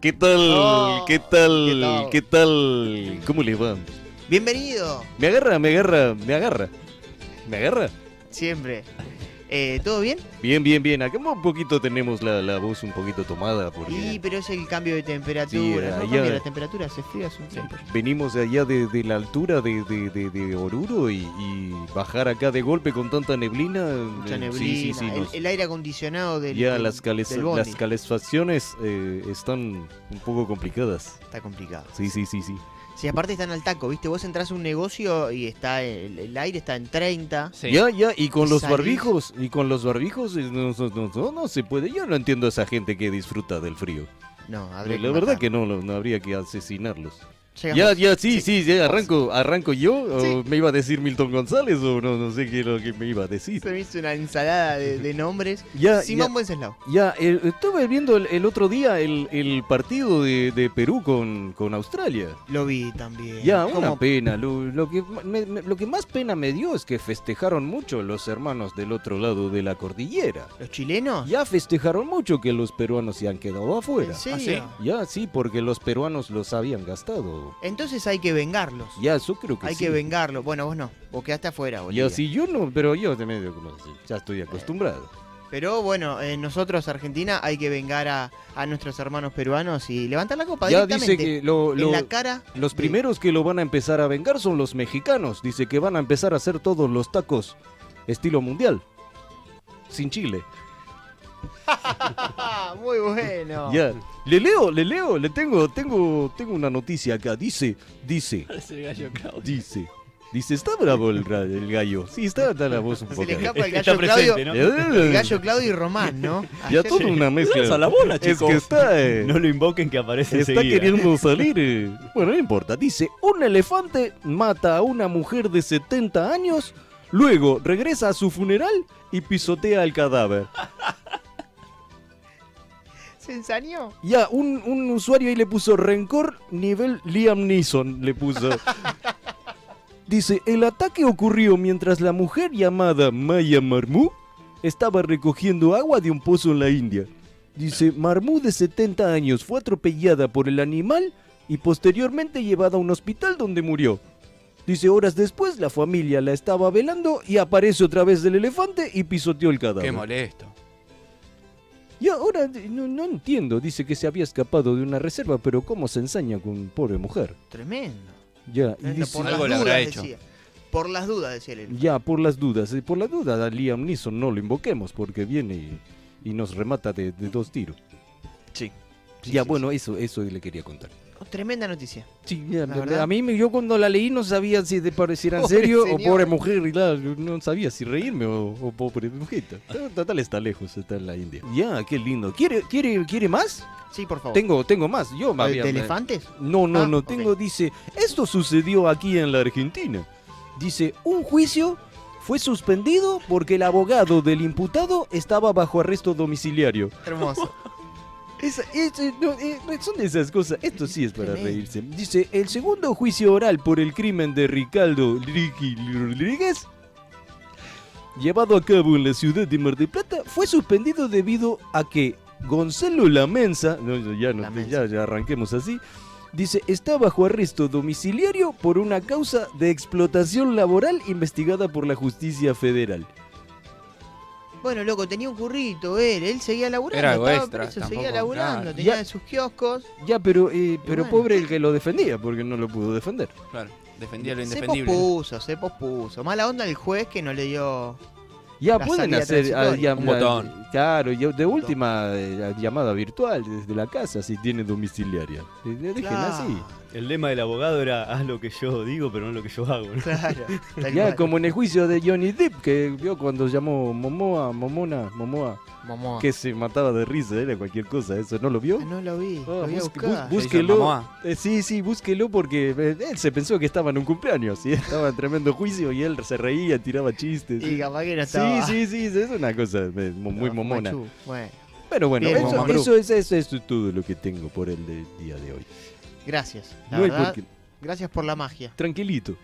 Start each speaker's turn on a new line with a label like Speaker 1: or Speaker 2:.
Speaker 1: ¿Qué tal?
Speaker 2: Oh,
Speaker 1: ¿Qué tal?
Speaker 2: ¿qué tal?
Speaker 1: ¿Qué tal? ¿Cómo le va?
Speaker 2: Bienvenido,
Speaker 1: Me agarra, me agarra, me agarra. ¿Me agarra?
Speaker 2: siempre. Eh, ¿Todo bien?
Speaker 1: Bien, bien, bien. Acá un poquito tenemos la, la voz un poquito tomada
Speaker 2: Y
Speaker 1: porque
Speaker 2: pero es el cambio de temperatura.
Speaker 1: Sí, era
Speaker 2: no
Speaker 1: allá.
Speaker 2: cambia la temperatura, se fría hace un tiempo.
Speaker 1: venimos de allá de, de la altura de, de, de- de Oruro y, y bajar acá de golpe con tanta neblina.
Speaker 2: Mucha
Speaker 1: eh,
Speaker 2: neblina,
Speaker 1: Sí, sí, sí.
Speaker 2: el,
Speaker 1: nos-
Speaker 2: el aire acondicionado del,
Speaker 1: ya
Speaker 2: del-
Speaker 1: las, cales-
Speaker 2: del bondi.
Speaker 1: las calefacciones eh, están un poco complicadas.
Speaker 2: Está complicado.
Speaker 1: Sí, sí, sí, sí.
Speaker 2: Sí, aparte están al taco, ¿viste? Vos entras a un negocio y está el, el aire está en 30.
Speaker 3: Sí.
Speaker 1: Ya, ya, y con los
Speaker 2: Salís.
Speaker 1: barbijos, y con los barbijos eh, no, no, no, no, no se puede. Yo no entiendo a esa gente que disfruta del frío.
Speaker 2: No, habría
Speaker 1: La verdad que no, no no habría que asesinarlos.
Speaker 2: Llegamos.
Speaker 1: Ya, ya, sí, sí, ya arranco, arranco yo. O me iba a decir Milton González o no, no sé qué es lo que me iba a decir.
Speaker 2: Se me hizo una ensalada de, de nombres.
Speaker 1: Ya, ya,
Speaker 2: Simón Wenceslao.
Speaker 1: ya, eh, estuve viendo el, el otro día el, el partido de, de Perú con, con Australia.
Speaker 2: Lo vi también.
Speaker 1: Ya,
Speaker 2: ¿Cómo?
Speaker 1: una pena. Lo, lo que, ma- me- me- lo que más pena me dio es que festejaron mucho los hermanos del otro lado de la cordillera.
Speaker 2: ¿Los chilenos?
Speaker 1: Ya festejaron mucho que los peruanos se han quedado
Speaker 2: ¿En
Speaker 1: afuera.
Speaker 2: serio?
Speaker 1: Ya, sí, porque los peruanos los habían gastado.
Speaker 2: Entonces hay que vengarlos.
Speaker 1: Ya, eso creo que
Speaker 2: Hay
Speaker 1: sí.
Speaker 2: que vengarlo. Bueno, vos no. Vos quedaste afuera,
Speaker 1: Ya,
Speaker 2: Bolivia.
Speaker 1: sí, yo no, pero yo de medio como así, ya estoy acostumbrado.
Speaker 2: Pero bueno, eh, nosotros, Argentina, hay que vengar a, a nuestros hermanos peruanos y levantar la copa
Speaker 1: ya
Speaker 2: directamente.
Speaker 1: dice que lo- lo-
Speaker 2: en la cara.
Speaker 1: los
Speaker 2: de-
Speaker 1: primeros que lo van a empezar a vengar son los mexicanos. Dice que van a empezar a hacer todos los tacos estilo mundial. Sin chile.
Speaker 2: Ah, muy bueno.
Speaker 1: Ya. Le leo, le leo, le tengo, tengo, tengo una noticia acá. Dice, dice,
Speaker 3: Ese gallo Claudio.
Speaker 1: dice. Dice, está bravo el, ra- el gallo. Sí, está, está la voz un
Speaker 2: Se
Speaker 1: poco.
Speaker 2: le escapa el
Speaker 3: Está
Speaker 2: gallo
Speaker 3: presente,
Speaker 2: Claudio.
Speaker 3: ¿no?
Speaker 2: El gallo Claudio y Román, ¿no?
Speaker 1: Ya
Speaker 2: Ayer-
Speaker 1: Eh, toda una
Speaker 3: Lanza la
Speaker 1: mezcla.
Speaker 3: bola,
Speaker 1: Es
Speaker 3: chicos.
Speaker 1: que está. eh,
Speaker 3: No lo invoquen que aparece
Speaker 1: Está
Speaker 3: enseguida.
Speaker 1: queriendo salir. eh. Bueno, no importa. Dice, un elefante mata a una mujer de 70 años, luego regresa a su funeral y pisotea el cadáver.
Speaker 2: ¿Se ensañó?
Speaker 1: Ya, un, un usuario ahí le puso rencor nivel Liam Neeson, le puso. Dice, el ataque ocurrió mientras la mujer llamada Maya Marmú estaba recogiendo agua de un pozo en la India. Dice, Marmú de 70 años fue atropellada por el animal y posteriormente llevada a un hospital donde murió. Dice, horas después la familia la estaba velando y aparece otra vez el elefante y pisoteó el cadáver.
Speaker 4: Qué molesto.
Speaker 1: Y ahora de- no, no entiendo, dice que se había escapado de una reserva, pero ¿cómo se ensaña con pobre mujer?
Speaker 2: Tremendo.
Speaker 1: Ya, y
Speaker 2: Tremendo.
Speaker 1: dice-
Speaker 2: Por
Speaker 4: Algo le
Speaker 2: las
Speaker 4: habrá
Speaker 2: dudas,
Speaker 4: hecho.
Speaker 2: decía. Por las dudas, decía el
Speaker 1: ya por las dudas, eh, por la duda a Liam Neeson no lo invoquemos porque viene y, y nos remata de, de dos tiros.
Speaker 4: Sí.
Speaker 1: ya, bueno, eso eso le quería contar.
Speaker 2: Oh, Tremenda noticia.
Speaker 1: Sí, ya,
Speaker 2: La
Speaker 1: la-
Speaker 2: verdad.
Speaker 1: a mí me- yo cuando la leí no sabía si de pareciera en
Speaker 2: Pobre
Speaker 1: serio
Speaker 2: señor.
Speaker 1: o pobre mujer, y la- no sabía si reírme o, o pobre mujer. Total está lejos, está en la India. Ya, qué lindo. ¿Quiere, quiere, quiere más?
Speaker 2: Sí, por favor.
Speaker 1: Tengo, tengo más. eh. Yo me
Speaker 2: ¿De,
Speaker 1: había-
Speaker 2: de
Speaker 1: me-
Speaker 2: elefantes?
Speaker 1: No, no,
Speaker 2: Ah,
Speaker 1: no,
Speaker 2: ok.
Speaker 1: tengo, dice, esto sucedió aquí en la Argentina. Dice, un juicio fue suspendido porque el abogado del imputado estaba bajo arresto domiciliario.
Speaker 2: Hermoso.
Speaker 1: Esa- es- eh, no, eh, son de esas cosas, esto sí es para
Speaker 2: Tremendo.
Speaker 1: reírse. Dice, el segundo juicio oral por el crimen de Ricardo Ricky Rodríguez, llevado a cabo en la ciudad de Mar del Plata, fue suspendido debido a que Gonzalo Lamensa, no, no, ya, no,
Speaker 2: Lamensa.
Speaker 1: ya, ya arranquemos así, dice, está bajo arresto domiciliario por una causa de explotación laboral investigada por la justicia federal.
Speaker 2: Bueno, loco, tenía un currito él. Él seguía laburando.
Speaker 4: Era algo
Speaker 2: estaba
Speaker 4: extra,
Speaker 2: preso,
Speaker 4: tampoco,
Speaker 2: seguía laburando.
Speaker 4: nada.
Speaker 2: Tenía
Speaker 1: Ya-
Speaker 2: sus kioscos.
Speaker 1: Ya, pero, eh, pero
Speaker 2: bueno.
Speaker 1: pobre el que lo defendía, porque no lo pudo defender.
Speaker 4: Claro, defendía lo
Speaker 2: Se
Speaker 4: indefendible.
Speaker 2: pospuso, se pospuso. Mala onda el juez que no le dio.
Speaker 1: Ya
Speaker 2: La
Speaker 1: pueden
Speaker 2: salida
Speaker 1: hacer ah,
Speaker 2: transitoria.
Speaker 1: ya,
Speaker 4: Un
Speaker 1: la-
Speaker 4: botón.
Speaker 1: Claro, ya de
Speaker 2: botón.
Speaker 1: última eh, la llamada virtual desde la casa si tiene domiciliaria. Eh, Dejen así.
Speaker 3: El lema del abogado era haz lo que yo digo, pero no lo que yo hago. ¿no?
Speaker 2: Claro, tal
Speaker 1: Ya
Speaker 2: cual.
Speaker 1: como en el juicio de Johnny Depp que vio cuando llamó Momoa, Momona, Momoa,
Speaker 4: Ah.
Speaker 2: Momoa.
Speaker 1: que se mataba de risa, era cualquier cosa, eso no lo vio.
Speaker 2: Ah, No lo vi.
Speaker 1: Ah,
Speaker 2: lo voy a
Speaker 1: busque-
Speaker 2: buscar.
Speaker 1: bus-
Speaker 4: Le hizo el
Speaker 1: Búsquelo.
Speaker 4: mamá.
Speaker 1: Eh, sí, sí, búsquelo porque eh, él se pensó que estaba en un cumpleaños y estaba en tremendo juicio y él se reía, tiraba chistes.
Speaker 2: Y capaz que no
Speaker 1: Sí,
Speaker 2: estaba.
Speaker 1: sí, sí, es una cosa eh, mo- muy
Speaker 2: No,
Speaker 1: momona.
Speaker 2: Machu, Bueno,
Speaker 1: Pero bueno,
Speaker 2: Bien,
Speaker 1: eso,
Speaker 2: Mambrú.
Speaker 1: eso es, eso es todo lo que tengo por el de- día de hoy.
Speaker 2: gracias. La
Speaker 1: No hay por
Speaker 2: verdad,
Speaker 1: qué.
Speaker 2: Gracias por la magia.
Speaker 1: Tranquilito.